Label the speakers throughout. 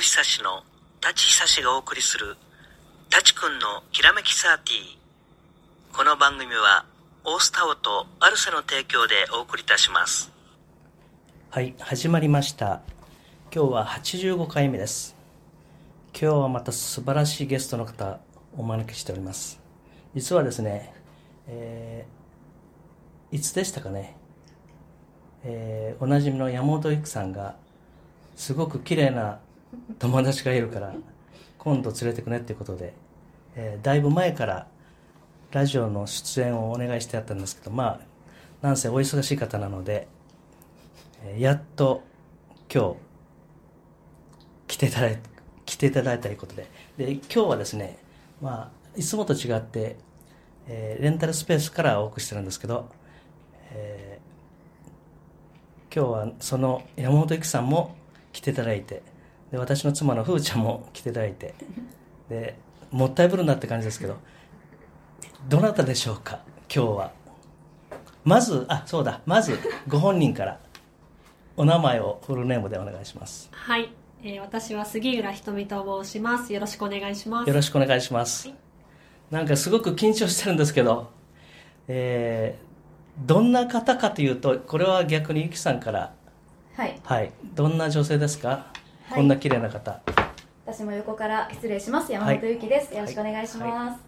Speaker 1: 久志の舘久志がお送りする舘くんのひらめきサーティーこの番組はオースタオとアルセの提供でお送りいたしますはい始まりました今日は85回目です今日はまた素晴らしいゲストの方お招きしております実はですね、えーいつでしたかね、えーおなじみの山本育さんがすごく綺麗な友達がいるから今度連れてくねっていうことで、えーだいぶ前からラジオの出演をお願いしてあったんですけどまあなんせお忙しい方なので、えーやっと今日来ていただい来ていただいたということでで今日はですね、まあ、いつもと違って、えーレンタルスペースからお送りしてるんですけど、えー今日はその山本育さんも来ていただいてで私の妻のふーちゃんも来ていただいてでもったいぶるなって感じですけどどなたでしょうか今日はまずあそうだまずご本人からお名前をフルネームでお願いします
Speaker 2: はい、えー私は杉浦ひとみと申します。よろしくお願いします。
Speaker 1: よろしくお願いします。
Speaker 2: はい
Speaker 1: なんかすごく緊張してるんですけど、えーどんな方かというと、これは逆にゆきさんから、
Speaker 3: はい、
Speaker 1: はい、どんな女性ですか、
Speaker 3: はい
Speaker 1: こんな綺麗な方。
Speaker 3: 私も横から失礼します。山
Speaker 1: はい
Speaker 3: 本ゆきです。よろしくお願いします。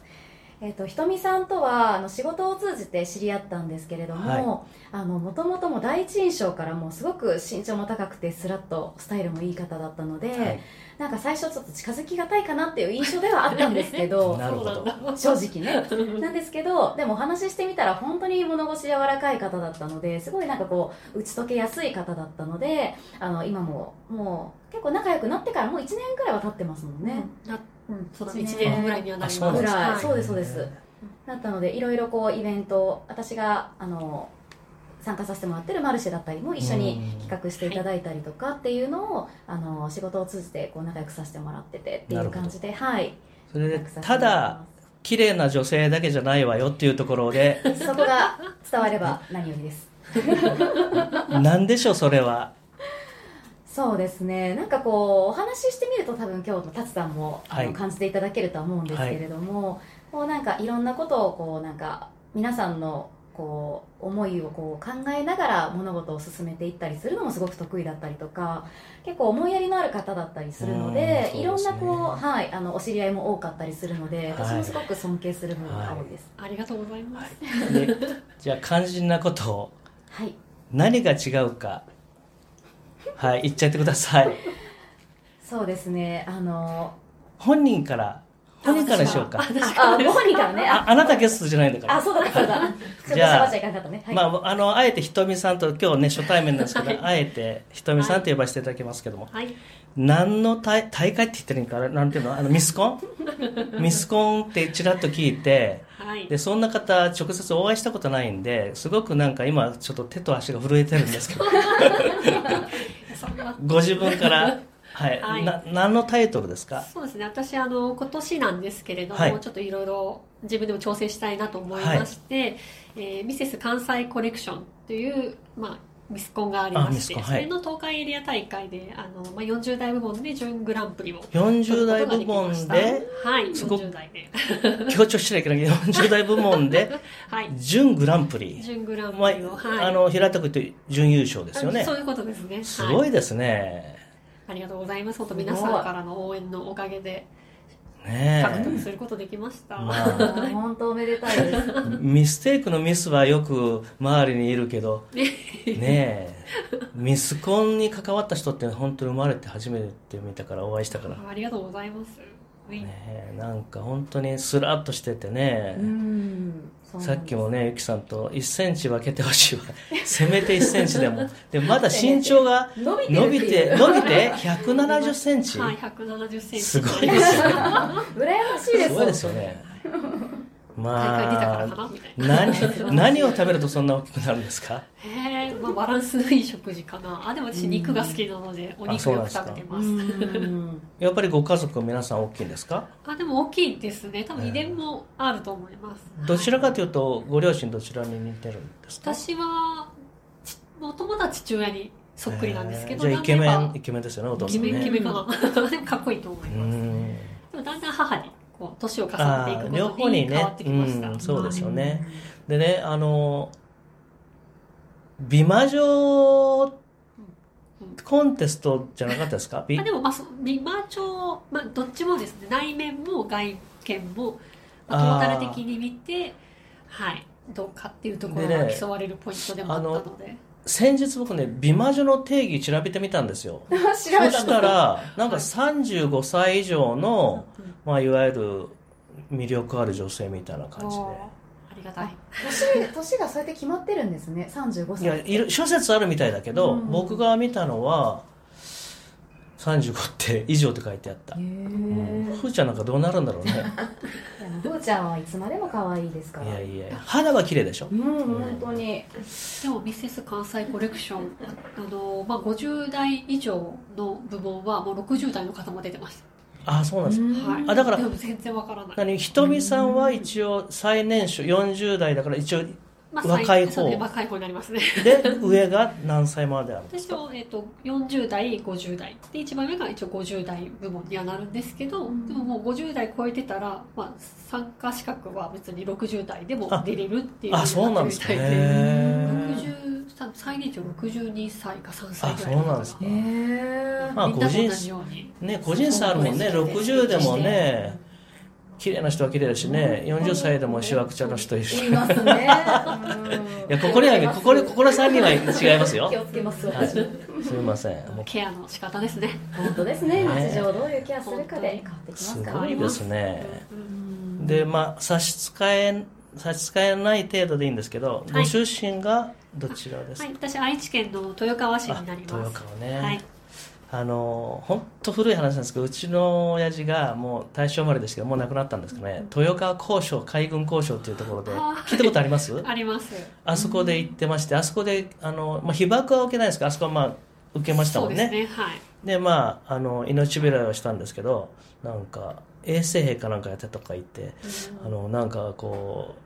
Speaker 3: えっ、と、ひとみさんとは、あの、仕事を通じて知り合ったんですけれども、
Speaker 1: は
Speaker 3: あの、もともとも第一印象からもうすごく身長も高くて、スラッとスタイルもいい方だったので、
Speaker 1: はい
Speaker 3: なんか最初ちょっと近づきがたいかなっていう印象ではあったんですけど、
Speaker 1: なるほど。
Speaker 3: 正直ね。なんですけど、でもお話ししてみたら本当に物腰柔らかい方だったので、すごいなんかこう、打ち解けやすい方だったので、あの、今も、もう、結構仲良くなってからもう1年くらいは経ってますもんね。
Speaker 2: な
Speaker 3: うん
Speaker 2: そうだ1年ぐらいには
Speaker 1: あ
Speaker 2: なります。
Speaker 1: そう
Speaker 3: ぐらい、
Speaker 2: はい
Speaker 3: そうですそうですなったのでいろいろこうイベント私があの参加させてもらってるマルシェだったりも一緒に企画していただいたりとかっていうのを、あの仕事を通じてこう仲良くさせてもらっててっていう感じではい
Speaker 1: それで
Speaker 3: 仲良くさ、せて
Speaker 1: た
Speaker 3: もら
Speaker 1: だ、綺麗な女性だけじゃないわよっていうところで、
Speaker 3: ってますそこが伝われば何よりです
Speaker 1: なんでしょう、それは。
Speaker 3: そうですねなんかこうお話ししてみると多分今日の達さんも、あの
Speaker 1: はい
Speaker 3: 感じていただけるとは思うんですけれども、こうなんかいろんなことをこうなんか皆さんのこう思いをこう考えながら物事を進めていったりするのもすごく得意だったりとか結構思いやりのある方だったりするので
Speaker 1: うん
Speaker 3: いろんなこう、
Speaker 1: そうですね
Speaker 3: はい、あのお知り合いも多かったりするので
Speaker 1: はい
Speaker 3: 私もすごく尊敬する部分が多いです。
Speaker 2: ありがとうございます。
Speaker 1: でじゃあ、肝心なことを、
Speaker 3: はい、
Speaker 1: 何が違うか、はい、言っちゃってください。
Speaker 3: そうですねあの
Speaker 1: 本人から、本人からでしょうか。
Speaker 3: あご本人からね
Speaker 1: あ
Speaker 3: あ
Speaker 1: あなたゲストじゃないんだから。
Speaker 3: あそうだ そうだちょっとしゃばっちゃいかんかったね、はい
Speaker 1: まあ、あの、あえてひとみさんと、今日ね、初対面なんですけど、
Speaker 2: はい
Speaker 1: あえてひとみさんと呼ばせていただきますけども、
Speaker 2: はい、
Speaker 1: 何の大大会って言ってるんかな、なんていうの、あの、ミスコンミスコンってちらっと聞いて、
Speaker 2: はい
Speaker 1: で、、そんな方、直接お会いしたことないんで、すごくなんか今、ちょっと手と足が震えてるんですけど、
Speaker 2: そんな
Speaker 1: ご自分から、はい、
Speaker 2: はい
Speaker 1: な何のタイトルですか
Speaker 2: そうですね。私あの今年なんですけれども、
Speaker 1: はい
Speaker 2: ちょっといろいろ自分でも調整したいなと思いまして、えーミセス関西コレクションというまあミスコンがありまして、
Speaker 1: あミスコンはい
Speaker 2: それの東海エリア大会であのまあ40代部門で準グランプリを
Speaker 1: 40代部門で、
Speaker 2: はい、
Speaker 1: すごく
Speaker 2: 40代で、
Speaker 1: 強調しなきゃいけないけど、40代部門で、
Speaker 2: はい、
Speaker 1: 準グランプリ。
Speaker 2: 準グランプ
Speaker 1: ま
Speaker 2: リを、
Speaker 1: あ
Speaker 2: はい、
Speaker 1: あの平たく言って準優勝ですよ
Speaker 2: あ
Speaker 1: ね
Speaker 2: そういうことですね。
Speaker 1: すご
Speaker 2: はい
Speaker 1: いですね、
Speaker 2: ありがとうございます。本当皆さんからの応援のおかげで獲得
Speaker 1: ね
Speaker 2: することできました。
Speaker 1: まあ
Speaker 3: もう本当おめでたいです
Speaker 1: えミステイクのミスはよく周りにいるけどねえミスコンに関わった人って本当に生まれて初めて見たからお会いしたからね
Speaker 2: ありがとうございます。はい
Speaker 1: えなんか本当にスラッとしててね、
Speaker 3: うん
Speaker 1: さっきもねゆきさんと1センチ分けてほしいわせめて1センチでもでまだ身長が
Speaker 3: 伸びて
Speaker 1: 伸
Speaker 3: る
Speaker 1: び
Speaker 3: ってい
Speaker 1: て
Speaker 3: う
Speaker 1: 伸びて1 7 0ンチ、
Speaker 2: はい、170センチ。
Speaker 1: すごいですよね
Speaker 3: 羨ましいです
Speaker 1: すごいですよね。
Speaker 2: 大会出たからか
Speaker 1: まあ、
Speaker 2: なみたいな。
Speaker 1: 何、何を食べるとそんな大きくなるんですか
Speaker 2: へえ、まあバランスのいい食事かな。あ、でも私肉が好きなので、お
Speaker 1: あ
Speaker 2: 肉
Speaker 1: そうなん
Speaker 2: よ
Speaker 1: で
Speaker 2: く
Speaker 1: すか
Speaker 2: 食べてます。
Speaker 3: うん
Speaker 1: やっぱりご家族皆さん大きいんですか
Speaker 2: あ、でも大きいですね。多分遺伝もあると思います。
Speaker 1: どちらかというと、ご両親どちらに似てるんですか
Speaker 2: 私は、ちもともとは父親にそっくりなんですけど、
Speaker 1: えーじゃあイケメ
Speaker 2: なん
Speaker 1: ン
Speaker 2: か
Speaker 1: イケメンですよねお父さ
Speaker 2: イケ
Speaker 1: んね
Speaker 2: メンイケメンか
Speaker 3: う
Speaker 2: なでもかっこいいと思いうます、
Speaker 1: ん
Speaker 2: でもだんだん母にこう年を重
Speaker 1: あ
Speaker 2: ねてい
Speaker 1: ー
Speaker 2: く
Speaker 1: 両
Speaker 2: こ
Speaker 1: 方
Speaker 2: とに
Speaker 1: に
Speaker 2: 変わ
Speaker 1: ね
Speaker 2: ってきました、
Speaker 1: うんそうですよ
Speaker 2: はい
Speaker 1: ねでねあの美魔女コンテストじゃなかったですか美
Speaker 2: あでもまあそ美魔女、まあ、どっちもですね内面も外見も、まあトータル的に見てはいどうかっていうところ
Speaker 1: で
Speaker 2: が
Speaker 1: ね
Speaker 2: 競われるポイントでもあったので
Speaker 1: 先日僕ね美魔女の定義調べてみたんですよ
Speaker 3: 調べたんです
Speaker 1: そ
Speaker 3: か
Speaker 1: したらなんか35歳以上の、まあ、いわゆる魅力ある女性みたいな感じ
Speaker 2: おーありがたい
Speaker 3: 年年がそうやって決まってるんですね35
Speaker 1: でいや
Speaker 3: 歳
Speaker 1: いろ諸説あるみたいだけど、
Speaker 3: うん
Speaker 1: 僕が見たのは35って以上って書いてあった
Speaker 3: へ
Speaker 1: うん
Speaker 3: え
Speaker 1: ふーちゃんなんかどうなるんだろう ね
Speaker 3: ふーちゃんはいつまでも可愛いですから
Speaker 1: いやいや肌は綺麗でしょ
Speaker 3: うん本当に
Speaker 2: でもミセス関西コレクションあの、まあ、50代以上の部門はもう60代の方も出てまし
Speaker 1: ああそうなんです、
Speaker 2: た、はい、
Speaker 1: あだから
Speaker 2: でも全然わからない、
Speaker 1: 何ひとみさんは一応最年少40代だから一応
Speaker 2: まあ、
Speaker 1: 若い
Speaker 2: 最そうね
Speaker 1: 方
Speaker 2: 若い方になりますね
Speaker 1: で上が何歳まであるんです
Speaker 2: 私
Speaker 1: か
Speaker 2: は、えっと40代50代で一番上が一応50代部門にはなるんですけど、
Speaker 3: うん
Speaker 2: でももう50代超えてたら、まあ、参加資格は別に60代でも出れるっていう
Speaker 1: あそうなんです
Speaker 2: み
Speaker 1: ね
Speaker 2: たい
Speaker 1: へー
Speaker 2: 60多分最年長62歳か3歳
Speaker 1: あ
Speaker 2: ぐ
Speaker 1: そ
Speaker 2: ら
Speaker 1: う
Speaker 2: い
Speaker 1: なんです
Speaker 3: へ
Speaker 1: ね
Speaker 3: え
Speaker 1: まあ
Speaker 2: みんなと
Speaker 1: 個人
Speaker 2: 同
Speaker 1: 差
Speaker 2: じように
Speaker 1: ね個人差あるもんね
Speaker 2: そうですね
Speaker 1: 60でもね綺麗な人は綺麗だしね40歳でもしわくちゃの人いるし
Speaker 3: いますね
Speaker 1: いやここにはここにここの3人は違いますよ
Speaker 3: 気をつけます
Speaker 1: はい
Speaker 3: 私
Speaker 1: すみませんも
Speaker 2: ケアの仕方ですね
Speaker 3: 本当ですね
Speaker 1: ね
Speaker 3: 日常どういうケアするかで変わって
Speaker 1: う
Speaker 3: きますすから
Speaker 1: ごいですね
Speaker 3: うん
Speaker 1: でまあ差し支え差し支えない程度でいいんですけど、
Speaker 2: は
Speaker 1: ご
Speaker 2: い
Speaker 1: 出身がどちらです
Speaker 2: は
Speaker 1: か、
Speaker 2: い、私愛知県の豊川市
Speaker 1: あ
Speaker 2: になりま
Speaker 1: 豊
Speaker 2: す。
Speaker 1: 川ね、
Speaker 2: はい、
Speaker 1: あの本当古い話なんですけどうちの親父がもう大正生まれですけどもう亡くなったんですけどね豊川交渉海軍交渉っていうところで
Speaker 2: あー
Speaker 1: 聞いたことあります
Speaker 2: あります。
Speaker 1: あそこで行ってましてあそこであの、まあ、被爆は受けないですけどあそこはまあ受けましたもんね
Speaker 2: そうですね、はい。
Speaker 1: でまああの命拾いをしたんですけどなんか衛生兵かなんかやってたとか言ってあのなんかこ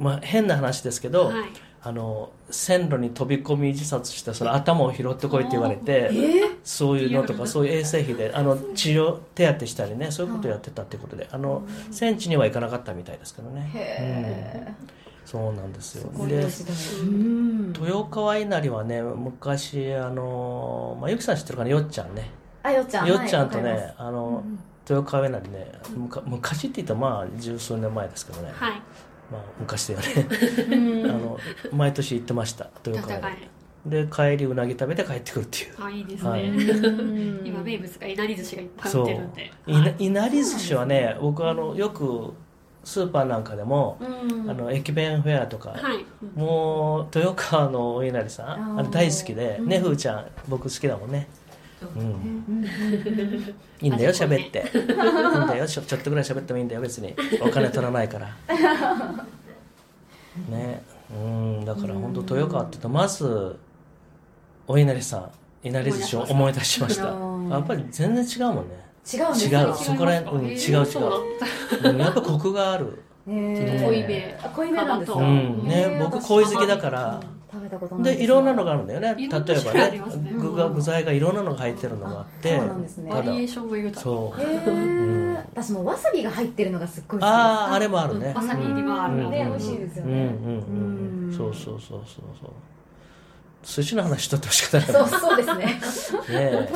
Speaker 1: う、まあ、変な話ですけど、
Speaker 2: はい、
Speaker 1: あの線路に飛び込み自殺したその頭を拾ってこいって言われて。
Speaker 3: え
Speaker 1: そういうのと
Speaker 2: リア
Speaker 1: か
Speaker 2: ル
Speaker 1: そういう衛生費であの治療手当したりねそういうことやってたってことであの戦地には行かなかったみたいですけどね、
Speaker 3: へ
Speaker 1: うん、そうなんですよ
Speaker 3: ー
Speaker 1: で
Speaker 3: うん
Speaker 1: 豊川稲荷はね昔あの、まあ、ゆきさん知ってるかなよっちゃんね
Speaker 3: あよっちゃん
Speaker 1: よっちゃんと
Speaker 3: はいわかり
Speaker 1: ねあの豊川稲荷ねむか昔って言ったらまあ十数年前ですけどね、
Speaker 2: はい。
Speaker 1: まあ、昔だよね
Speaker 3: ます
Speaker 1: あの毎年行ってました豊川
Speaker 2: 高
Speaker 1: 稲
Speaker 2: い。
Speaker 1: 荷で帰りうなぎ食べて帰ってくるっていう
Speaker 2: あ、いいです
Speaker 1: はい
Speaker 2: ね。
Speaker 3: うん
Speaker 2: 今名物がいなり寿司がいっぱい売ってるんで。
Speaker 1: い
Speaker 2: は
Speaker 1: ないいなり寿司はね僕あのよくスーパーなんかでも、
Speaker 3: うん
Speaker 1: あの駅弁フェアとか、
Speaker 2: はい。
Speaker 1: もう豊川のお稲荷さ
Speaker 3: あ
Speaker 1: ん
Speaker 3: ー
Speaker 1: あれ大好きで、
Speaker 3: うん
Speaker 1: ねふーちゃん僕好きだもんね、うん、
Speaker 3: うん
Speaker 1: いいんだよ
Speaker 2: 味濃
Speaker 1: 喋
Speaker 2: いね
Speaker 1: っていいんだよちょちょっとぐらい喋ってもいいんだよ 別にお金取らないからねうんだから本当豊川って言うとまずお稲荷さん稲荷寿司を思い出しました
Speaker 3: あー
Speaker 1: やっぱり全然違うもんね
Speaker 3: 違うんです
Speaker 1: 違う
Speaker 3: よ
Speaker 1: そこら辺うん違う違ううんやっぱコクがある、
Speaker 3: へー
Speaker 2: 濃いめ
Speaker 3: あ濃いめなんです
Speaker 1: う
Speaker 2: う
Speaker 3: か
Speaker 1: ん
Speaker 2: ん
Speaker 1: ね、僕鯉好きだから
Speaker 3: 食べたことない
Speaker 1: でいろんなのが
Speaker 3: が
Speaker 1: あるんだよね例え
Speaker 2: いろ
Speaker 1: ば
Speaker 2: んな種類あり
Speaker 1: ね
Speaker 2: ますね
Speaker 1: 具が具材がいろんなのが入ってるのがあって
Speaker 3: あそうなんですね
Speaker 2: バ
Speaker 1: ただ
Speaker 2: リエーションも豊か。
Speaker 1: そう
Speaker 3: へー私もわさびが入ってるのがすっごい好き
Speaker 1: あああれもあるね
Speaker 2: わさび入りもある
Speaker 1: うん
Speaker 2: ね
Speaker 1: うん
Speaker 2: 美味しい
Speaker 3: ですよ
Speaker 1: うんう
Speaker 3: ね
Speaker 1: んう
Speaker 3: うんん
Speaker 1: そうそうそうそうそう寿司の話しとってほしかった
Speaker 3: そ
Speaker 1: な
Speaker 3: うそうですね
Speaker 1: ねえ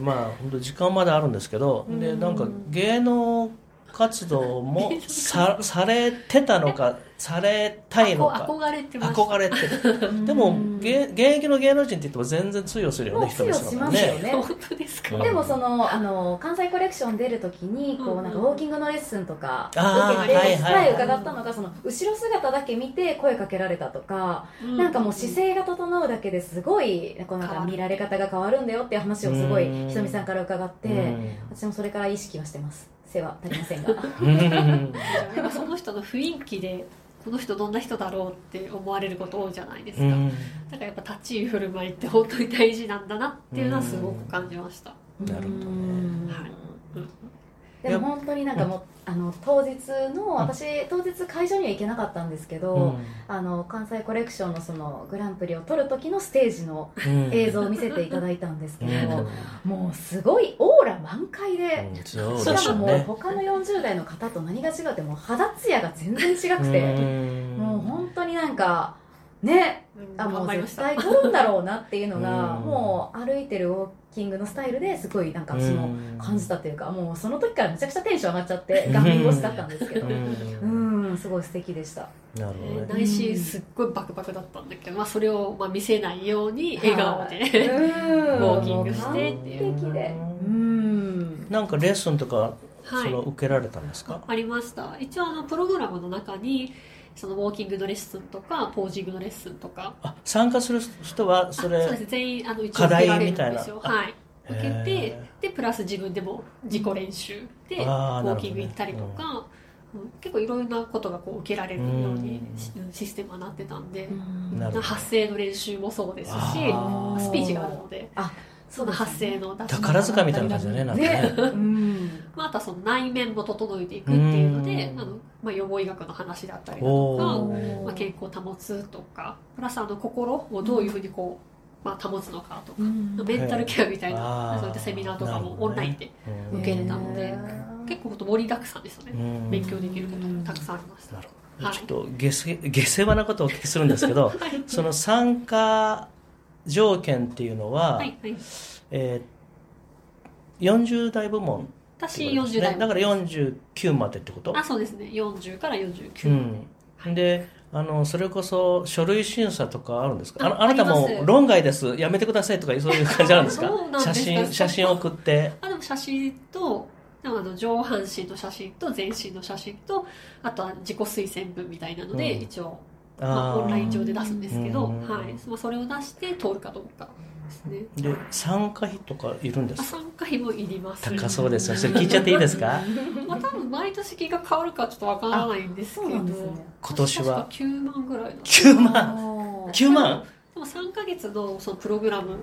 Speaker 1: まあ本当時間まであるんですけどでなんか芸能活動もさされてたのかされたいの
Speaker 2: こう
Speaker 1: か
Speaker 2: 憧れてます。
Speaker 1: 憧れてるでも芸現役の芸能人って言っても全然通用するよ
Speaker 3: も
Speaker 1: ね
Speaker 3: う通
Speaker 1: 人
Speaker 3: 用
Speaker 1: です
Speaker 3: し
Speaker 1: も
Speaker 3: ま
Speaker 1: ん
Speaker 3: すよ
Speaker 1: ね
Speaker 3: ね
Speaker 2: 本当ですか。
Speaker 1: うん
Speaker 3: でもそのあの関西コレクション出るときにこ
Speaker 2: うんう
Speaker 3: うんなんかウォーキングのレッスンとか
Speaker 1: あー
Speaker 3: 受け
Speaker 1: はい
Speaker 3: て
Speaker 1: はい
Speaker 3: 前伺ったのがその後ろ姿だけ見て声かけられたとか
Speaker 2: う
Speaker 3: なんかもう姿。勢が整うだけですごいこうなん
Speaker 2: 変
Speaker 3: か
Speaker 2: わる
Speaker 3: 見られ方が変わるんだよっていう話をすごい
Speaker 1: うん
Speaker 3: ひとみさんから伺っ
Speaker 1: う
Speaker 3: て
Speaker 1: ん
Speaker 3: 私もそれから意識はしてます背は足りませ んが
Speaker 1: うん
Speaker 2: やっぱその人の雰囲気で。この人どんな人だろうって思われること多いじゃないです
Speaker 1: う
Speaker 2: か、
Speaker 1: ん
Speaker 2: だからやっぱ立ち居振る舞いって本当に大事なんだなっていうのはすごく感じました、
Speaker 1: なるほどね
Speaker 3: うん
Speaker 2: はいうん
Speaker 3: でも本当になんかもうあの当日の私当日会場には行けなかったんですけど、
Speaker 1: うん
Speaker 3: あの関西コレクションのそのグランプリを撮る時のステージの
Speaker 1: うん
Speaker 3: 映像を見せていただいたんですけ
Speaker 1: うん
Speaker 3: ど、もうすごいオーラ満開で、
Speaker 1: うんそう
Speaker 3: し
Speaker 1: で
Speaker 3: か
Speaker 1: しょ
Speaker 3: も
Speaker 1: う
Speaker 3: もう
Speaker 1: ね
Speaker 3: 他の40代の方と何が違うってもう肌ツヤが全然違くて、
Speaker 1: うん
Speaker 3: もう本当になんかねあも
Speaker 2: 頑
Speaker 3: う
Speaker 2: 張りまし
Speaker 3: 絶
Speaker 2: た
Speaker 3: 対撮るんだろうなっていうのが、
Speaker 1: うん
Speaker 3: もう歩いてるウォーキングのスタイルですごいなんかその感じたというか、もうその時からめちゃくちゃテンション上がっちゃって
Speaker 1: うん
Speaker 3: 顔面越しだったんですけ
Speaker 1: う
Speaker 3: ど、うんん、すごい素敵でした。
Speaker 1: なるほどね
Speaker 2: 内心すっごいバクバクだったんだけど、まあ、それをまあ見せないように笑顔
Speaker 3: はい
Speaker 2: で
Speaker 3: うん
Speaker 2: ウォーキングしてっていう
Speaker 3: も完璧で。う
Speaker 1: うん
Speaker 3: ん。
Speaker 1: なんかレッスンとか
Speaker 2: はい
Speaker 1: その受けられたんですか
Speaker 2: ありました一応あのプログラムの中にそのウォーキングのレッスンとかポージングのレッスンとか
Speaker 1: あ参加する人はそ
Speaker 2: あそうで
Speaker 1: れ
Speaker 2: す全員あの一応
Speaker 1: 課
Speaker 2: 受け
Speaker 1: 題
Speaker 2: られるんですよ
Speaker 1: みたいな
Speaker 2: はい
Speaker 1: あ
Speaker 2: 受け
Speaker 1: へ
Speaker 2: てでプラス自分でも自己練習で
Speaker 1: あ
Speaker 2: ウ
Speaker 1: ーなる
Speaker 2: ォ
Speaker 1: ほどね
Speaker 2: ーキング行ったりとか、うん結構いろんなことがこう受けられるようにしシステムはなってたんで、
Speaker 1: なるほど
Speaker 2: 発声の練習もそうですし
Speaker 1: あ
Speaker 3: ー
Speaker 2: スピーチがあるので
Speaker 3: あ、
Speaker 2: その発声の出し方
Speaker 1: 宝塚みたいな感じだねなんかね
Speaker 3: うん。
Speaker 2: まあ、あとはその内面も整えていくっていうので
Speaker 1: うん
Speaker 2: あの、まあ、予防医学の話だったりだと
Speaker 1: お
Speaker 2: か、
Speaker 1: ー
Speaker 2: まあ、健康を保つとかプラスあの心をどういうふうにこう、まあ、保つのかとか、メンタルケアみたい
Speaker 1: あ
Speaker 2: な
Speaker 1: ー
Speaker 2: そういったセミナーとか
Speaker 1: な
Speaker 2: も
Speaker 1: るほ
Speaker 2: オ
Speaker 1: どね
Speaker 2: ンラインで
Speaker 1: うん
Speaker 2: 受けれたので
Speaker 3: へー
Speaker 2: 結構ほんと盛りだくさんでしたね、
Speaker 1: うん
Speaker 2: 勉強できることもたくさんありました、
Speaker 1: なるほど
Speaker 2: はい
Speaker 1: ちょっと下世下世話なことをお聞きするんですけど
Speaker 2: はい
Speaker 1: その参加条件っていうのは、
Speaker 2: はいはい
Speaker 1: えー40代部門って
Speaker 2: 私
Speaker 1: ことですね
Speaker 2: 40代
Speaker 1: だから49までってこと
Speaker 2: あそうですね40から49
Speaker 1: う
Speaker 2: まで、
Speaker 1: んであのそれこそ書類審査とかあるんですかあのあ
Speaker 2: あ
Speaker 1: なた
Speaker 2: ありま
Speaker 1: も
Speaker 2: す
Speaker 1: 論外ですやめてくださいとかそういう感じなんですか
Speaker 2: そうなんですか
Speaker 1: 写真写真送って
Speaker 2: あでも写真とでもあの上半身の写真と全身の写真とあとは自己推薦文みたいなので、
Speaker 1: うん
Speaker 2: 一応、
Speaker 1: あー
Speaker 2: まあ、オンライン上で出すんですけど、
Speaker 1: うん
Speaker 2: はいまあ、それを出して通るかどうかですね
Speaker 1: で参加費とかいるんで
Speaker 2: あ
Speaker 1: すか
Speaker 2: 参加費もいります
Speaker 1: 高そうですよそれ聞いちゃっていいですか
Speaker 2: まあ、多分毎年金額変わるかちょっとわからないんですけ
Speaker 3: そう
Speaker 2: ど
Speaker 3: なんですね。
Speaker 1: 今年
Speaker 2: 確
Speaker 1: は
Speaker 2: か9万ぐらいだった
Speaker 1: 9万
Speaker 3: おー
Speaker 1: 9万
Speaker 2: でも3ヶ月のそのプログラム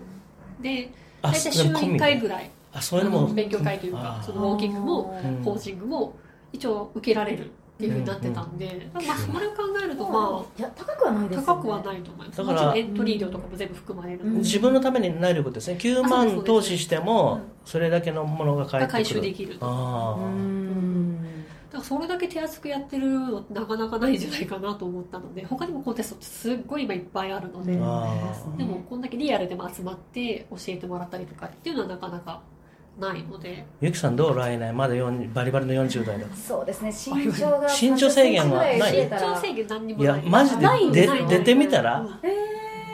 Speaker 2: で
Speaker 1: あ
Speaker 2: 大体週1回ぐらい
Speaker 1: あそういうの
Speaker 2: あ
Speaker 1: も
Speaker 2: の勉強会というか
Speaker 1: あー
Speaker 2: そのウォーキングも
Speaker 1: うん
Speaker 2: ポージングも一応受けられるっていうふうになってたんで、まあ、それを考えるとま
Speaker 3: いや高くはない
Speaker 2: あ
Speaker 3: ですよね。
Speaker 2: 高くはないと思います
Speaker 1: だ
Speaker 2: も
Speaker 1: から
Speaker 2: ちろんエントリー料とかも全部含まれるので、
Speaker 1: 自分のためになることですね9
Speaker 2: あそうですそう
Speaker 1: 万
Speaker 2: です
Speaker 1: 投資してもそれだけのものが返ってくる
Speaker 2: 回収できると
Speaker 1: あ
Speaker 3: う
Speaker 1: あ
Speaker 3: ん。
Speaker 2: だからそれだけ手厚くやってるのってなかなかないんじゃないかなと思ったので他にもコンテストってすっごい今いっぱいあるので、
Speaker 3: うん
Speaker 1: あ
Speaker 3: うん
Speaker 1: ー
Speaker 2: でもこんだけリアルでも集まって教えてもらったりとかっていうのはなかなかないので
Speaker 1: ゆきさんどう来年まだ40バリバリの40代だ
Speaker 3: そうですね。身長が
Speaker 1: 身長制限はない
Speaker 3: 30センチぐらい増えた
Speaker 2: 緊
Speaker 3: ら
Speaker 2: 張制限何に
Speaker 1: い
Speaker 2: もな
Speaker 1: や
Speaker 2: い
Speaker 1: マジ
Speaker 3: ないん
Speaker 1: で
Speaker 3: で
Speaker 1: です
Speaker 3: よ
Speaker 1: 出てみたら、
Speaker 2: うん
Speaker 3: え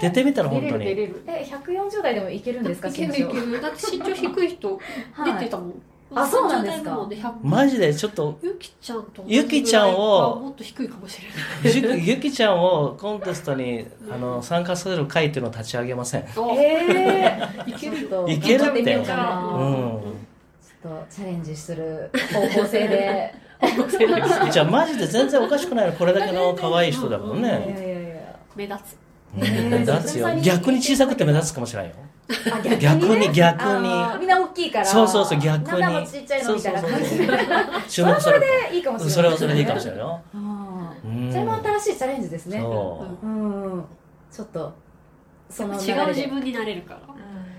Speaker 1: 出てみたら本
Speaker 2: 出れ
Speaker 1: 当
Speaker 2: る出
Speaker 1: に
Speaker 2: れる
Speaker 3: ーえ140代でもいけるんですか
Speaker 2: いけ
Speaker 3: 身
Speaker 2: るい
Speaker 3: 長
Speaker 2: け。るだって身長低い人
Speaker 3: はい
Speaker 2: 出てたもん、
Speaker 3: あそうなんです
Speaker 2: 30
Speaker 3: か
Speaker 2: 代もね100
Speaker 1: マジでちょっと
Speaker 2: ゆきちゃんと同じぐらい
Speaker 1: ゆきちゃんを
Speaker 2: かもっと低いかもしれない
Speaker 1: ゆゆきちゃんをコンテストにあの参加する会っていうのを立ち上げません
Speaker 3: ええ
Speaker 2: いける
Speaker 3: と
Speaker 1: いけるって
Speaker 3: 頑張ってみようか
Speaker 1: う
Speaker 3: な。
Speaker 1: ん
Speaker 3: ちょっとチャレンジする方向性 で
Speaker 1: じゃあマジで全然おかしくないのこれだけの可愛い人だもん
Speaker 3: いやい
Speaker 1: ね
Speaker 3: やいや
Speaker 2: 目立つ
Speaker 3: うん
Speaker 1: 目立つよ逆に小さくて目立つかもしれないよ
Speaker 3: あ
Speaker 1: 逆に逆
Speaker 3: ね
Speaker 1: に
Speaker 3: あーみんな大きいから
Speaker 1: そうそうそう逆に
Speaker 3: なんだもちっちゃいのみたいな感じ
Speaker 1: そうそうそう注目
Speaker 3: そ
Speaker 1: さ
Speaker 3: れ
Speaker 1: れ
Speaker 3: で
Speaker 1: る
Speaker 3: いいかもしれない
Speaker 1: それはそれでいいかもしれないよ
Speaker 3: あ
Speaker 1: う
Speaker 3: ー
Speaker 1: ん
Speaker 3: それも新しいチャレンジですね
Speaker 1: そう
Speaker 2: うん
Speaker 3: うんちょっとその
Speaker 2: 違う
Speaker 3: 流れで
Speaker 2: 自分になれるから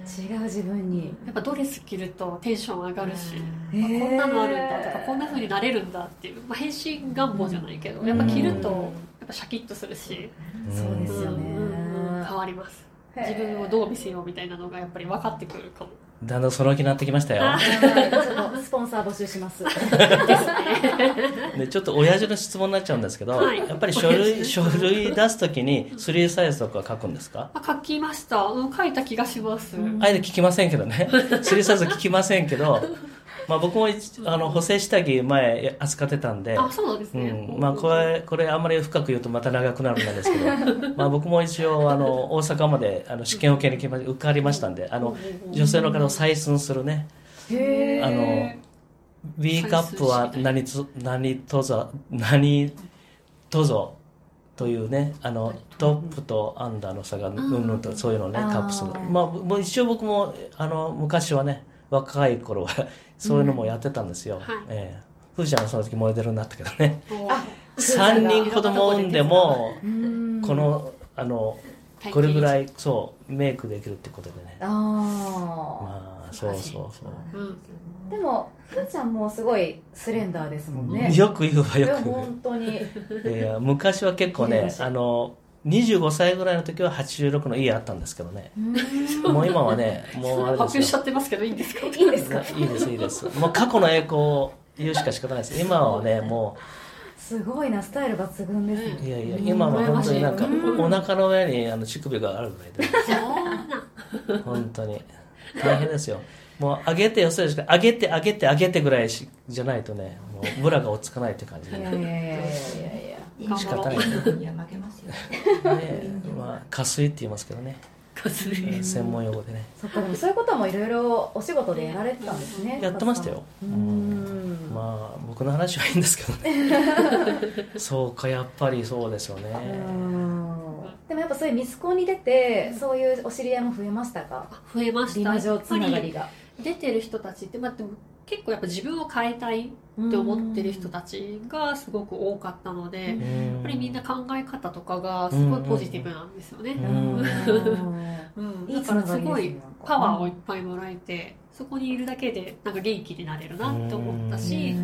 Speaker 3: 違う自分に
Speaker 2: やっぱドレス着るとテンション上がるし、
Speaker 3: へー
Speaker 2: こんなのあるんだとかこんな風になれるんだっていう、まあ、変身願望じゃないけどやっぱ着ると
Speaker 3: うん
Speaker 2: やっぱシャキッとするし、
Speaker 3: そうで
Speaker 2: うん
Speaker 3: すよね
Speaker 2: うんうん変わります
Speaker 3: へー
Speaker 2: 自分をどう見せようみたいなのがやっぱり分かってくるかも
Speaker 1: だんだんその気になってきましたよ
Speaker 3: はいちょっとスポンサー募集します
Speaker 1: でちょっと親父の質問になっちゃうんですけど、
Speaker 2: はい
Speaker 1: やっぱり書類書類出すときに3サイズとか書くんですか
Speaker 2: あ書きました、うん、書いた気がします、
Speaker 1: あえて聞きませんけどね3サイズ聞きませんけど、まあ、僕も一あの補正下着前扱ってたんで
Speaker 2: あそうなんです
Speaker 1: う
Speaker 2: ね、
Speaker 1: んまあ、これこれあんまり深く言うとまた長くなるんですけどまあ僕も一応あの大阪まであの試験を受けに来ま受かりましたんであの女性の方を採寸するね
Speaker 3: へー
Speaker 1: あの B カップは何つ何とぞ何とぞというねあのトップとアンダーの差がうんぬんとそういうのね
Speaker 3: あー
Speaker 1: カップ数のまあもう一応僕もあの昔はね若い頃はそういうのもやってたんですよ、
Speaker 2: はい
Speaker 1: ええふーちゃんはその時燃えてるんだったけどね
Speaker 2: あ
Speaker 1: 3人子供産んでも
Speaker 3: うん
Speaker 1: このあのこれぐらいそうメイクできるってことでね
Speaker 3: あ
Speaker 1: まあそうそうそう
Speaker 2: うん
Speaker 3: あでもふーちゃんもすごいスレンダーですもんね
Speaker 1: よく言うわ
Speaker 3: で
Speaker 1: よ
Speaker 3: も
Speaker 1: く言
Speaker 3: 本当に
Speaker 1: ういや昔は結構
Speaker 3: いいで
Speaker 1: ね
Speaker 3: す
Speaker 1: あの25歳ぐらいの時は86の家あったんですけどね
Speaker 3: うん
Speaker 1: もう今はねもうあれ
Speaker 2: 発
Speaker 1: です
Speaker 2: 表
Speaker 1: よ
Speaker 2: しちゃってますけどいいんですか
Speaker 3: いいんですか
Speaker 1: いいですいいですもう過去の栄光を言うしか仕方ないです今はねも
Speaker 3: すごいなスタイル抜群ですね
Speaker 1: ういやいや今は本当になんか
Speaker 3: うん
Speaker 1: お腹の上にあの乳首があるぐらいで本当に大変ですよもう上げて寄せるしか上げて上げて上げてぐらいしじゃないとねもうブラが落ち着かないって感じで、
Speaker 3: いや
Speaker 1: ね
Speaker 3: いやいやいやいやいや
Speaker 2: 頑
Speaker 1: 仕方
Speaker 2: 張
Speaker 1: ない
Speaker 2: ろ
Speaker 1: ね
Speaker 4: いや負けますよ。
Speaker 1: まあ加水って言いますけどね、
Speaker 2: うかすり
Speaker 1: 専門用語でね
Speaker 3: そっかでもそういうこともいろいろお仕事でやられてたんですね
Speaker 1: やってましたよ
Speaker 3: う
Speaker 1: うんんまあ僕の話はいいんですけどね そうかやっぱりそうですよね
Speaker 3: うんでもやっぱそういうミスコンに出てそういうお知り合いも増えましたか
Speaker 2: 増えまし
Speaker 3: リ
Speaker 2: た
Speaker 3: マ
Speaker 2: や
Speaker 3: 嬢
Speaker 2: っ
Speaker 3: つ
Speaker 2: ぱ
Speaker 3: ながり
Speaker 2: り
Speaker 3: が
Speaker 2: 出てる人たちって、まあ、でも結構やっぱ自分を変えたいって思ってる人たちがすごく多かったので、
Speaker 3: うん
Speaker 2: や
Speaker 1: や
Speaker 2: っぱりみんな考え方とかがすごいポジティブなんですよね、
Speaker 3: う
Speaker 1: うんん
Speaker 2: うん
Speaker 3: い
Speaker 2: だ
Speaker 3: いつ
Speaker 2: か
Speaker 3: な
Speaker 2: ら
Speaker 3: が
Speaker 2: す
Speaker 3: りで
Speaker 2: ご
Speaker 3: す
Speaker 2: い
Speaker 3: ね
Speaker 2: パワーをいっぱいもらえてそこにいるだけでなんか元気になれるなって思ったし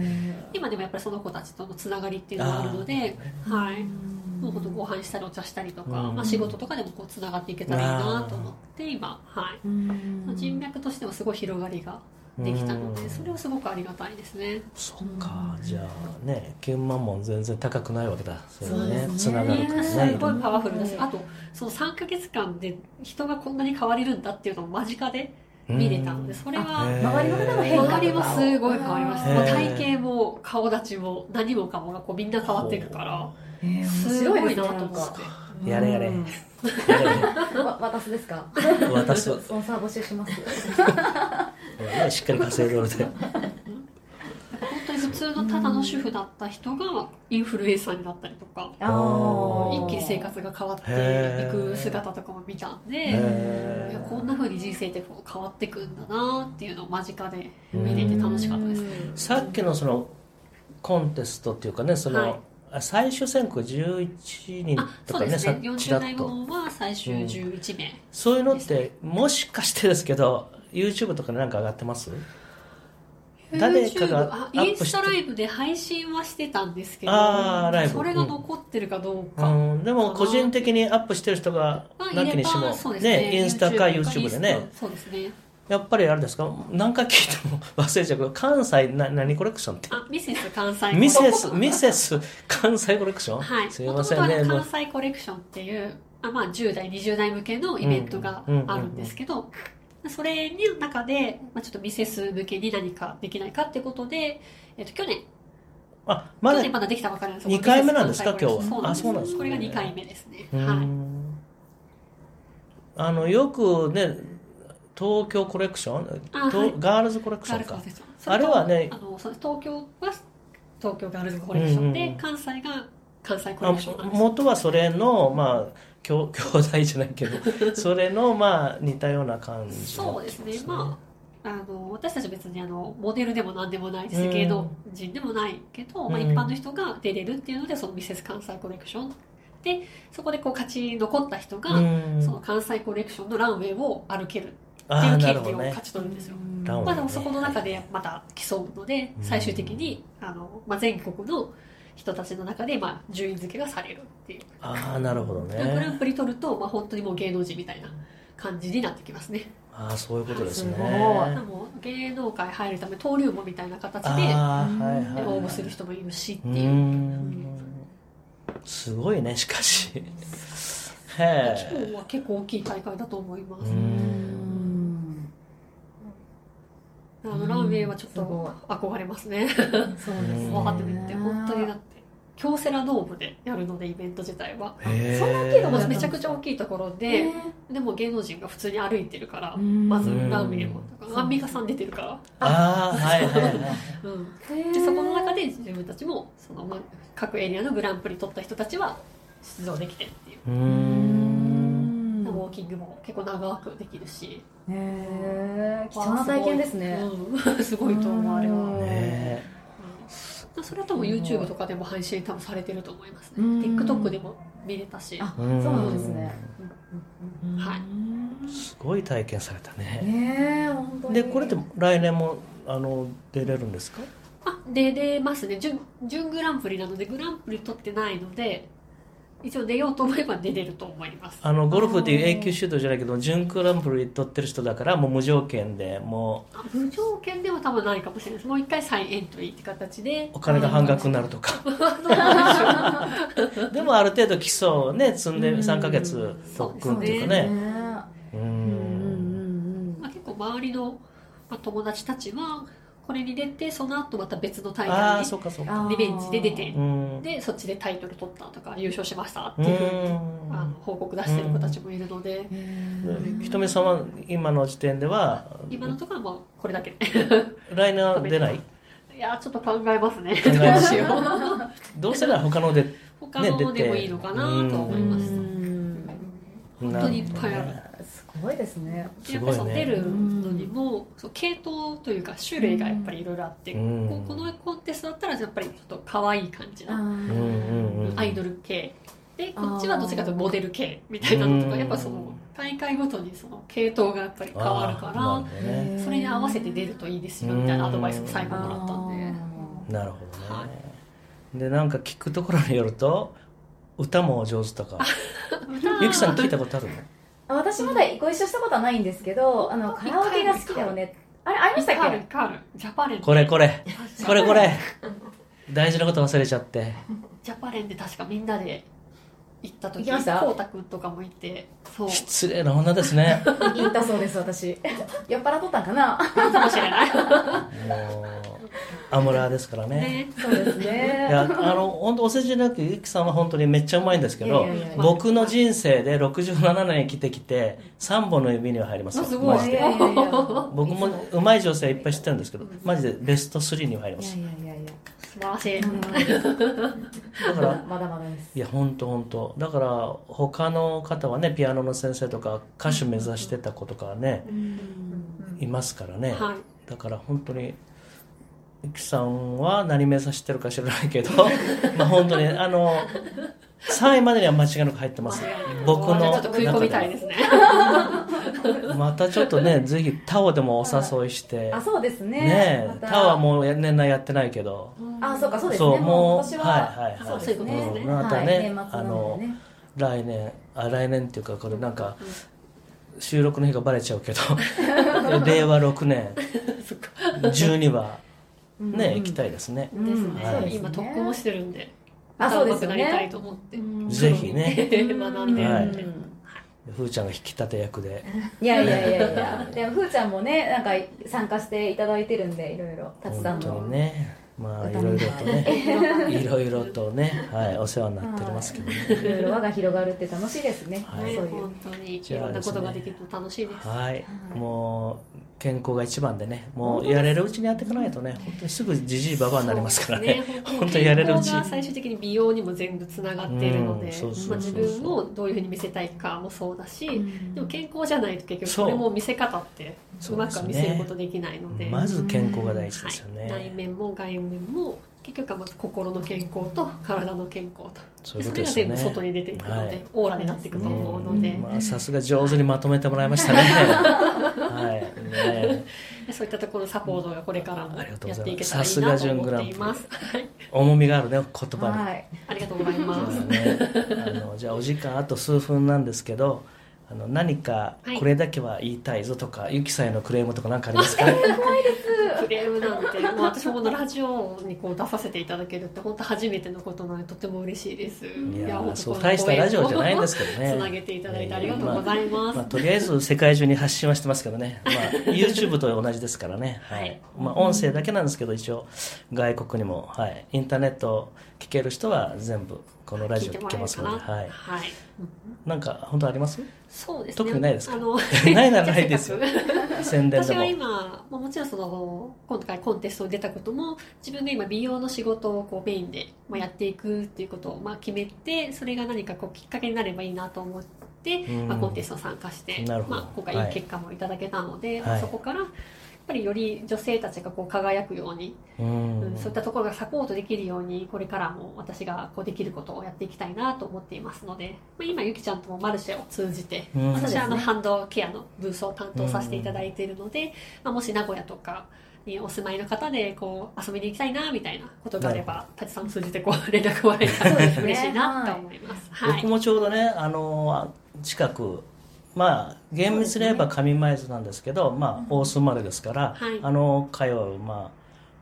Speaker 2: 今でもやっぱりその子たちとのつながりっていうのがあるので、はい、もうほんとご飯したりお茶したりとか、
Speaker 1: うん
Speaker 2: まあ、仕事とかでもこうつながっていけたらいいなと思って今、はい、
Speaker 3: うん
Speaker 2: 人脈としてもすごい広がりができたので、
Speaker 1: うん
Speaker 2: それはすごくありがたいですね。
Speaker 1: そっかじゃあね9万も全然高くないわけだそれ
Speaker 3: そうで
Speaker 1: ね
Speaker 3: すね
Speaker 1: つながるから
Speaker 2: す
Speaker 1: ね
Speaker 2: ごいパワフルだし、
Speaker 3: うん
Speaker 2: あとその3ヶ月間で人がこんなに変われるんだっていうのを間近で見れたので、それは
Speaker 1: へー
Speaker 3: 周りの方の変化とか
Speaker 2: 周りもすごい変わりました。
Speaker 1: へー
Speaker 2: もう体型も顔立ちも何もかもがこうみんな変わっていくから、
Speaker 3: えー面
Speaker 2: す
Speaker 3: 白
Speaker 2: ごい
Speaker 3: いです
Speaker 2: な
Speaker 3: ね
Speaker 2: と
Speaker 3: な
Speaker 2: 思っ
Speaker 3: んか
Speaker 2: て。
Speaker 1: やれやれ
Speaker 3: うん
Speaker 1: や
Speaker 3: わ私ですか
Speaker 1: れ渡す
Speaker 3: スポンサー募集します
Speaker 1: ねしっかり稼いでおい て
Speaker 2: 本当に普通のただの主婦だった人がインフルエンサーになったりとか、
Speaker 3: あー
Speaker 2: 一気に生活が変わっていく姿とかも見たんで、い
Speaker 1: へー
Speaker 2: やこんな風に人生ってこう変わってくんだなっていうのを間近で見れて楽しかったですね。
Speaker 1: さっきのそのコンテストっていうかねその、
Speaker 2: はい
Speaker 1: あ最終選考11人
Speaker 2: あ、
Speaker 1: と
Speaker 2: そ
Speaker 1: か
Speaker 2: う
Speaker 1: ね
Speaker 2: です
Speaker 1: さ
Speaker 2: ね。
Speaker 1: ち
Speaker 2: 40
Speaker 1: ら
Speaker 2: 代
Speaker 1: っ
Speaker 2: も
Speaker 1: と
Speaker 2: のは最終
Speaker 1: うん
Speaker 2: 11名。
Speaker 1: そういうのってもしかしてですけど YouTube とかでなんか上がってます誰かが
Speaker 2: YouTube あ
Speaker 1: アップして
Speaker 2: インスタライブで配信はしてたんですけど
Speaker 1: あーライブ
Speaker 2: それが残ってるかどう
Speaker 1: う
Speaker 2: か、
Speaker 1: ん、でも個人的にアップしてる人が
Speaker 2: まあ
Speaker 1: なきにし
Speaker 2: いれ
Speaker 1: も
Speaker 2: ばそうですね
Speaker 1: ねインスタか YouTube で
Speaker 2: イン
Speaker 1: ね
Speaker 2: スタそうですね
Speaker 1: やっぱりあれですか何回聞いても忘れちゃうけど関西な何コレクションって
Speaker 2: あミセス関西コレ
Speaker 1: ミセスミセス関西コレクション、
Speaker 2: はい
Speaker 1: すい
Speaker 2: も
Speaker 1: ま
Speaker 2: と
Speaker 1: せん
Speaker 2: もと
Speaker 1: ねもう
Speaker 2: 関西コレクションっていうあ、まあ、10代20代向けのイベントがあるんですけど、それの中で、まあ、ちょっとミセス向けに何かできないかってことで、えっと去年
Speaker 1: あま
Speaker 2: 去
Speaker 1: だ
Speaker 2: 年まだできたばかりなんです
Speaker 1: 二回目なんですか
Speaker 2: ミセス関西コレクション
Speaker 1: 今日は
Speaker 2: そうなんです
Speaker 1: あそうなんですね
Speaker 2: これが2回目ですね、
Speaker 1: うー
Speaker 2: はい
Speaker 1: んあのよくね東京コレクション
Speaker 2: あ
Speaker 1: と
Speaker 2: はい
Speaker 1: ガールズコレクシ
Speaker 2: ガー
Speaker 1: ョン
Speaker 2: ルズ
Speaker 1: か
Speaker 2: コレクション
Speaker 1: あれはね
Speaker 2: あのそう東京は東京ガールズコレクションで、
Speaker 1: うんうん
Speaker 2: 関西が関西コ
Speaker 1: あ
Speaker 2: レクションなんです
Speaker 1: 元はそれのまあ兄兄弟じゃないけ どそれのまあ似たような感じだったん
Speaker 2: そうですねまああの私たち別にあのモデルでも何でもないです、
Speaker 1: うん
Speaker 2: 芸能人でもないけど、まあ、
Speaker 1: うん
Speaker 2: 一般の人が出れるっていうのでそのミセス関西コレクションでそこでこう勝ち残った人が、
Speaker 1: うん
Speaker 2: その関西コレクションのランウェイを歩けるって
Speaker 1: あ
Speaker 2: いう
Speaker 1: ーなる
Speaker 2: 権
Speaker 1: ほ
Speaker 2: 利を
Speaker 1: どね
Speaker 2: 勝ち取るんですよ、
Speaker 1: ランウェイ
Speaker 2: まあ、
Speaker 1: ね
Speaker 2: でもそこの中でまた競うので
Speaker 1: うん
Speaker 2: 最終的にあの、まあ、全国の人たちの中で、まあ、順位付けがされるっていう、
Speaker 1: ああなるほど
Speaker 2: でグラン
Speaker 1: ね
Speaker 2: プリ取ると、まあ、本当にもう芸能人みたいな感じになってきますね
Speaker 1: ああそういうことですね
Speaker 3: すごい
Speaker 2: でも芸能界入るため登竜門みたいな形で
Speaker 1: ああはいはい、はい、
Speaker 2: 応募する人もいるしって
Speaker 1: う
Speaker 2: いう、
Speaker 1: んすごいねしかし へ
Speaker 2: 今
Speaker 1: え
Speaker 2: 日は結構大きい大会だと思いま
Speaker 1: う
Speaker 2: す、
Speaker 1: ん
Speaker 2: あのランウェイはちょっ
Speaker 3: すご
Speaker 2: と憧れますね
Speaker 3: そう
Speaker 1: です ね
Speaker 2: 分かってみて本当にだって京セラドームでやるのでイベント自体は
Speaker 1: へえ
Speaker 3: そんな大きいとこ
Speaker 2: ま
Speaker 3: だ
Speaker 2: あ
Speaker 3: ったん
Speaker 2: め
Speaker 3: です
Speaker 2: ち
Speaker 3: か
Speaker 2: ゃくちゃ大きいところで、
Speaker 3: えー
Speaker 2: でも芸能人が普通に歩いてるから、
Speaker 3: うん
Speaker 2: まずラーメンもと
Speaker 3: うん
Speaker 2: かアンミカさん出てるから、
Speaker 1: ああはいはいはい
Speaker 2: でそこの中で自分たちもそのまあ各エリアのグランプリ取った人たちは出場できてっていう、
Speaker 1: うー
Speaker 3: うー
Speaker 1: ん
Speaker 3: ん
Speaker 2: ウォーキングも結構長くできるし
Speaker 3: へえ貴重な体験ですね
Speaker 2: うんすごいと思うあれは、
Speaker 3: うん
Speaker 1: ねえす
Speaker 2: それは多分 YouTube とかでも配信多分されてると思いますね TikTok でも見れたし
Speaker 3: あそうなんですね
Speaker 2: はい
Speaker 1: すごい体験されたね
Speaker 3: ねえ本当に
Speaker 1: でこれって来年もあの出れるんですか
Speaker 2: あで出ますね準準グランプリなのでグランプリ取ってないので一応出ようと思えば出れると思います
Speaker 1: あのゴルフっていう永久シュートじゃないけど準グランプリ取ってる人だからもう無条件でも
Speaker 2: あ無条件では多分ないかもしれないですもう一回再エントリーって形で
Speaker 1: う お金が半額になるとかでもある程度基礎をね積んで3ヶ月特訓っていうかねう
Speaker 3: う
Speaker 1: ん
Speaker 3: んうんうんうん
Speaker 2: まあ、結構周りの、まあ、友達たちはこれに出てその後また別の大
Speaker 1: あ
Speaker 2: 会
Speaker 1: あ
Speaker 2: に
Speaker 1: そうかそうか
Speaker 3: あー
Speaker 2: リベンジで出て
Speaker 1: うん
Speaker 2: でそっちでタイトル取ったとか優勝しましたって
Speaker 1: う
Speaker 2: いうふうにあの
Speaker 1: ん
Speaker 2: 報告出してる子たちもいるので
Speaker 3: うん
Speaker 1: ひとみさんは今の時点では
Speaker 2: 今のところはもうこれ だけ
Speaker 1: 来年は出ない
Speaker 2: いやーちょっと考えますね
Speaker 1: 考
Speaker 2: ど
Speaker 1: え
Speaker 2: う
Speaker 1: ます
Speaker 2: しよう
Speaker 1: どうせなら他ので
Speaker 2: 他のでもいいのかなとは思います、
Speaker 3: うん
Speaker 2: 本当にいっぱいある
Speaker 1: なほどね
Speaker 3: すごいですね
Speaker 2: やっぱり
Speaker 1: すご
Speaker 2: その
Speaker 1: いね
Speaker 2: 出るのにも、そう系統というか種類がやっぱりいろいろあって、
Speaker 1: うん
Speaker 2: こうこのコンテストだったらやっぱりちょっと可愛い感じ
Speaker 3: あー
Speaker 2: の
Speaker 1: うんうんうん
Speaker 2: アイドル系でこっちはどっちかというとモデル系みたいなのと
Speaker 1: う
Speaker 2: か
Speaker 1: ん
Speaker 2: やっぱその大会ごとにその系統がやっぱり変わる
Speaker 1: あーな
Speaker 2: か
Speaker 1: ほどね
Speaker 2: らそれに合わせて出るといいですよみたいなアドバイスを最後
Speaker 3: あ
Speaker 2: もらったんで
Speaker 3: ー
Speaker 1: なるほどね、
Speaker 2: は
Speaker 1: でなんか聞くところによると歌もお上手とかゆきさん聞いたことあるの
Speaker 3: あ私まだご一緒したことはないんですけどあのカラオケが好きだよねあれありま
Speaker 2: イ
Speaker 3: した
Speaker 2: カ
Speaker 3: っ
Speaker 2: ル
Speaker 3: け
Speaker 2: イカルジャパレン
Speaker 1: これこれ
Speaker 2: 確か
Speaker 1: これこれ大事なこと忘れちゃって
Speaker 2: ジャパレンで確かみんなで行った時
Speaker 3: 行きました
Speaker 2: こうたくんとかもいてそう
Speaker 1: 失礼な女ですね
Speaker 3: 言ったそうです私酔っ払っとったんかな
Speaker 2: かもしれない
Speaker 1: もうアムラーですからね
Speaker 2: ね
Speaker 3: そうです
Speaker 1: い
Speaker 3: ね
Speaker 1: やあの本当お世辞なくゆきさんは本当にめっちゃうまいんですけど
Speaker 3: いやいやいや
Speaker 1: 僕の人生で67年生きてきて3本の指には入りますよ
Speaker 2: あすごい
Speaker 1: マジ
Speaker 3: い
Speaker 1: で
Speaker 3: やいやいや
Speaker 1: 僕もうまい女性はいっぱい知ってるんですけどマジでベスト3には入りま
Speaker 3: いや
Speaker 1: す
Speaker 3: いやいやいや
Speaker 2: 素晴らしい、
Speaker 1: だから
Speaker 3: まだまだです
Speaker 1: いや本当本当だから他の方はねピアノの先生とか歌手目指してた子とかはねいますからね、
Speaker 2: はい
Speaker 1: だから本当にゆきさんは何目指してるか知らないけど まあ本当にあの3位までには間違いなく入ってます僕の
Speaker 2: じゃあちょっと食い込みたいですね
Speaker 1: またちょっとねぜひタオでもお誘いして
Speaker 3: あそうですね
Speaker 1: ね
Speaker 3: また
Speaker 1: タオはもうや年内やってないけど
Speaker 3: あそうかそうです
Speaker 1: そ
Speaker 3: ね
Speaker 1: うもう
Speaker 3: もう今年
Speaker 1: はいはいは
Speaker 3: はいそうです
Speaker 2: そういうことですね
Speaker 3: ね
Speaker 1: またね
Speaker 3: はい年末なのでね
Speaker 1: 来年あ来年っていうかこれなんか収録の日がバレちゃうけど令和6年12話ね行きたいですね
Speaker 3: うん
Speaker 2: です
Speaker 3: うんそ
Speaker 2: ね
Speaker 3: うですね
Speaker 2: 今特攻してるんで
Speaker 3: あそうです
Speaker 2: 上手
Speaker 3: よ
Speaker 2: くなりたい
Speaker 3: ね
Speaker 2: と思って
Speaker 3: うん
Speaker 1: ぜひね
Speaker 2: 学んで
Speaker 1: は
Speaker 2: る
Speaker 1: い
Speaker 2: んで
Speaker 1: ふーちゃんが引き立て役で
Speaker 3: いやいやいやいやでもふーちゃんもねなんか参加していただいてるんでいろいろたくさ
Speaker 1: 本
Speaker 3: ん
Speaker 1: 当
Speaker 3: の
Speaker 1: にねまあい
Speaker 3: 歌
Speaker 1: ろ
Speaker 3: も
Speaker 1: いろとねいろいろとねはいお世話になっておりますけどね
Speaker 3: いろいろ輪が広がるって楽しいですね、
Speaker 1: はい
Speaker 3: そう
Speaker 2: ね
Speaker 3: いう
Speaker 2: 本当にい
Speaker 1: じゃあ
Speaker 2: ろんなことができると楽しいです
Speaker 1: はいもう健康が一番でねもうやれるうちにやっていかないとね本当にすぐじじいばばになりますから ね本当にやれるうち
Speaker 2: 健康が最終的に美容にも全部つながっているの
Speaker 1: う
Speaker 2: で
Speaker 1: んそうそうそうそう
Speaker 2: まあ自分をどういうふうに見せたいかもそうだし、
Speaker 3: ん
Speaker 2: でも健康じゃないと結局
Speaker 1: そう
Speaker 2: これも見せ方って
Speaker 1: そう
Speaker 2: う
Speaker 1: で
Speaker 2: ま
Speaker 1: ね
Speaker 2: すくは見せることできないので
Speaker 1: まず健康が大事ですよ
Speaker 2: はい、内
Speaker 1: ね
Speaker 2: 面も外面も結局はまず心の健康と体の健康と
Speaker 1: そういうこ
Speaker 2: そ
Speaker 1: と
Speaker 2: れ
Speaker 1: で
Speaker 2: が
Speaker 1: すよ
Speaker 2: 全
Speaker 1: ね
Speaker 2: 部外に出ていくので、
Speaker 1: はい
Speaker 2: オーラになっていくと思うので、
Speaker 1: まあさすが上手にまとめてもらいましたね。はい、ね
Speaker 2: そういったところのサポートがこれからも
Speaker 1: あり
Speaker 2: や
Speaker 1: が
Speaker 2: っ
Speaker 1: とうございます
Speaker 2: ていけたらいいなと思ってい
Speaker 1: さ
Speaker 2: ますす。はい、
Speaker 1: 重みがあるね言葉に。
Speaker 3: はい
Speaker 2: ありがとうございま
Speaker 1: そ
Speaker 2: す
Speaker 1: う。ですね。あのじゃあお時間あと数分なんですけど、あの何か
Speaker 2: はい
Speaker 1: これだけは言いたいぞとか、ゆきさんへのクレームとか何かありますか？
Speaker 2: クレームなんて、もう私もこのラジオにこう出させていただけるって本当初めてのことなのでとても嬉しいです。
Speaker 1: いや
Speaker 2: 本当
Speaker 1: そう
Speaker 2: この
Speaker 1: 大したラジオじゃないんですけど
Speaker 2: ご
Speaker 1: ね
Speaker 2: 縁をつなげていただいてありがとうございます。
Speaker 1: まあ、とりあえず世界中に発信はしてますけど ね、まあ、YouTube と同じですからね、はい
Speaker 2: はい
Speaker 1: まあ、音声だけなんですけど一応外国にも、はい、インターネットを聞ける人は全部このラ
Speaker 2: 聞
Speaker 1: ジ
Speaker 2: い
Speaker 1: オ
Speaker 2: て
Speaker 1: 聞けま
Speaker 2: もらえる
Speaker 1: す
Speaker 2: か
Speaker 1: の
Speaker 2: な。
Speaker 1: で、はい、
Speaker 2: はい。
Speaker 1: なんか本当あります
Speaker 2: そうですね。
Speaker 1: 特にないですか
Speaker 2: あの
Speaker 1: ないならないです よ宣伝
Speaker 2: 私
Speaker 1: でも
Speaker 2: は今、まあもちろんその、今回コンテストに出たことも、自分が今美容の仕事をこうメインで、まあ、やっていくっていうことをまあ決めて、それが何かこうきっかけになればいいなと思って、
Speaker 1: うん
Speaker 2: まあ、コンテスト参加して、
Speaker 1: なるほど
Speaker 2: まあ、今回
Speaker 1: はい
Speaker 2: いい結果もいただけたので、
Speaker 1: はい
Speaker 2: そこからぱりより女性たちがこう輝くように、
Speaker 1: うん
Speaker 2: うん、そういったところがサポートできるようにこれからも私がこうできることをやっていきたいなと思っていますので、まあ、今ゆきちゃんともマルシェを通じて、
Speaker 1: うん
Speaker 2: 私はあ
Speaker 3: そ
Speaker 2: の
Speaker 3: うですね
Speaker 2: ハンドケアのブースを担当させていただいているので、まあ、もし名古屋とかにお住まいの方でこう遊びに行きたいなみたいなことがあれ
Speaker 1: な
Speaker 2: ば舘さんを通じてこう連絡をもらえたら
Speaker 3: そうですね
Speaker 2: 嬉しいなと思います。はい
Speaker 1: 僕もちょうどねあの近くまあ厳密に言えば上前津なんですけどまあ大須生まれですから、
Speaker 2: はい
Speaker 1: あの通う、まあ、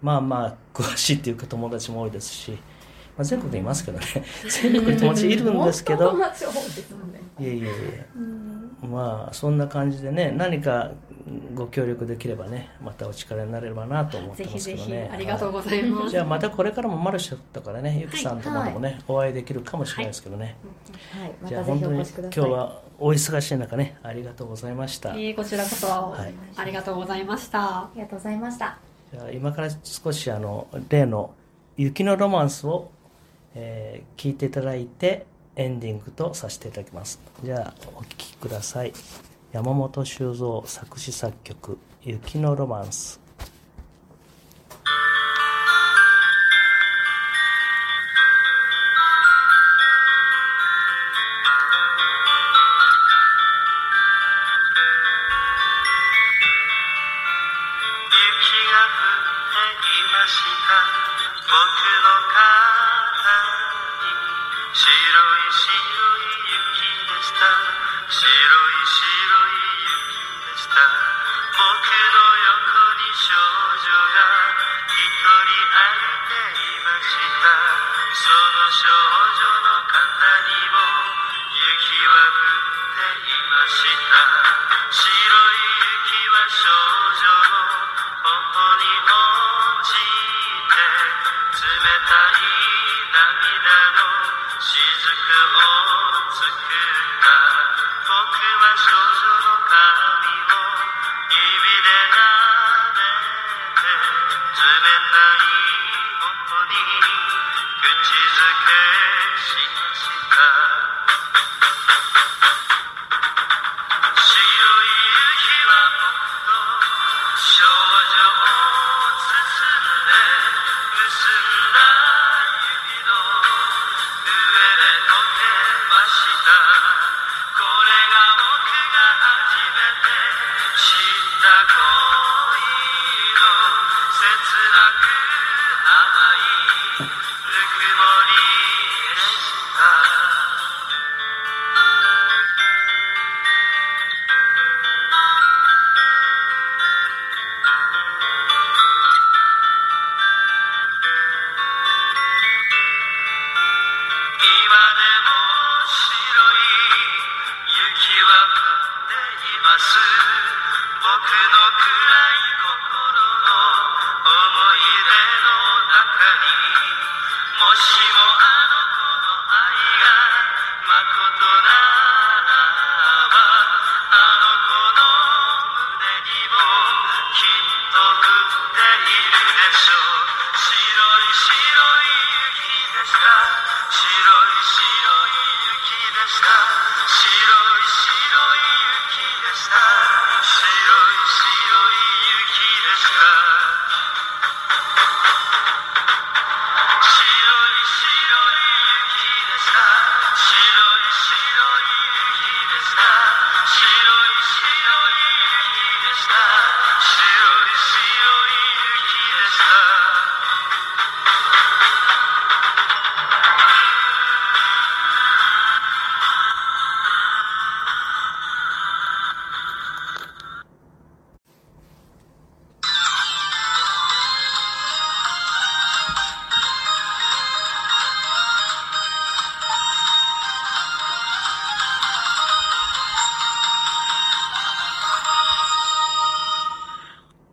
Speaker 1: まあまあ詳しいっていうか友達も多いですし、まあ、全国でいますけどね 全国に友達いるんですけど
Speaker 3: 本当の町多いですもんね
Speaker 1: いえいえいえまあそんな感じでね何かご協力できればねまたお力になれればなと思って
Speaker 2: ぜ
Speaker 1: ま
Speaker 2: ひ
Speaker 1: す
Speaker 2: ぜ
Speaker 1: けど
Speaker 2: ひ
Speaker 1: ね
Speaker 2: ありがとう
Speaker 1: は
Speaker 2: ございます。
Speaker 1: いじゃあまたこれからもマルシェだからねゆきさんとまでもね、お会いできるかもしれないですけどね、
Speaker 3: はいま
Speaker 1: じゃあ
Speaker 3: たぜ
Speaker 1: 本
Speaker 3: ひ
Speaker 1: 当
Speaker 3: お
Speaker 1: に今
Speaker 3: 越しください
Speaker 1: 日はお忙しい中ねありがとうございました、
Speaker 2: えーこちらこそ、
Speaker 1: はい
Speaker 2: ありがとうございました
Speaker 3: あ。りがとうございました
Speaker 1: じゃあ今から少しあの例の「雪のロマンスを」えー聞いていただいてエンディングとさせていただきますじゃあお聴きください山本修造作詞作曲「雪のロマンス」
Speaker 4: 雪が降っていました僕の体に白い白い雪でした白い白い雪でした僕の横に少女が一人歩いていましたその少女の肩にも雪は降っていました白い雪は少女の頬に落ちていました僕の心には冷たい涙の雫を作った僕は少女の髪を指で撫でて冷たい頬に口づけしました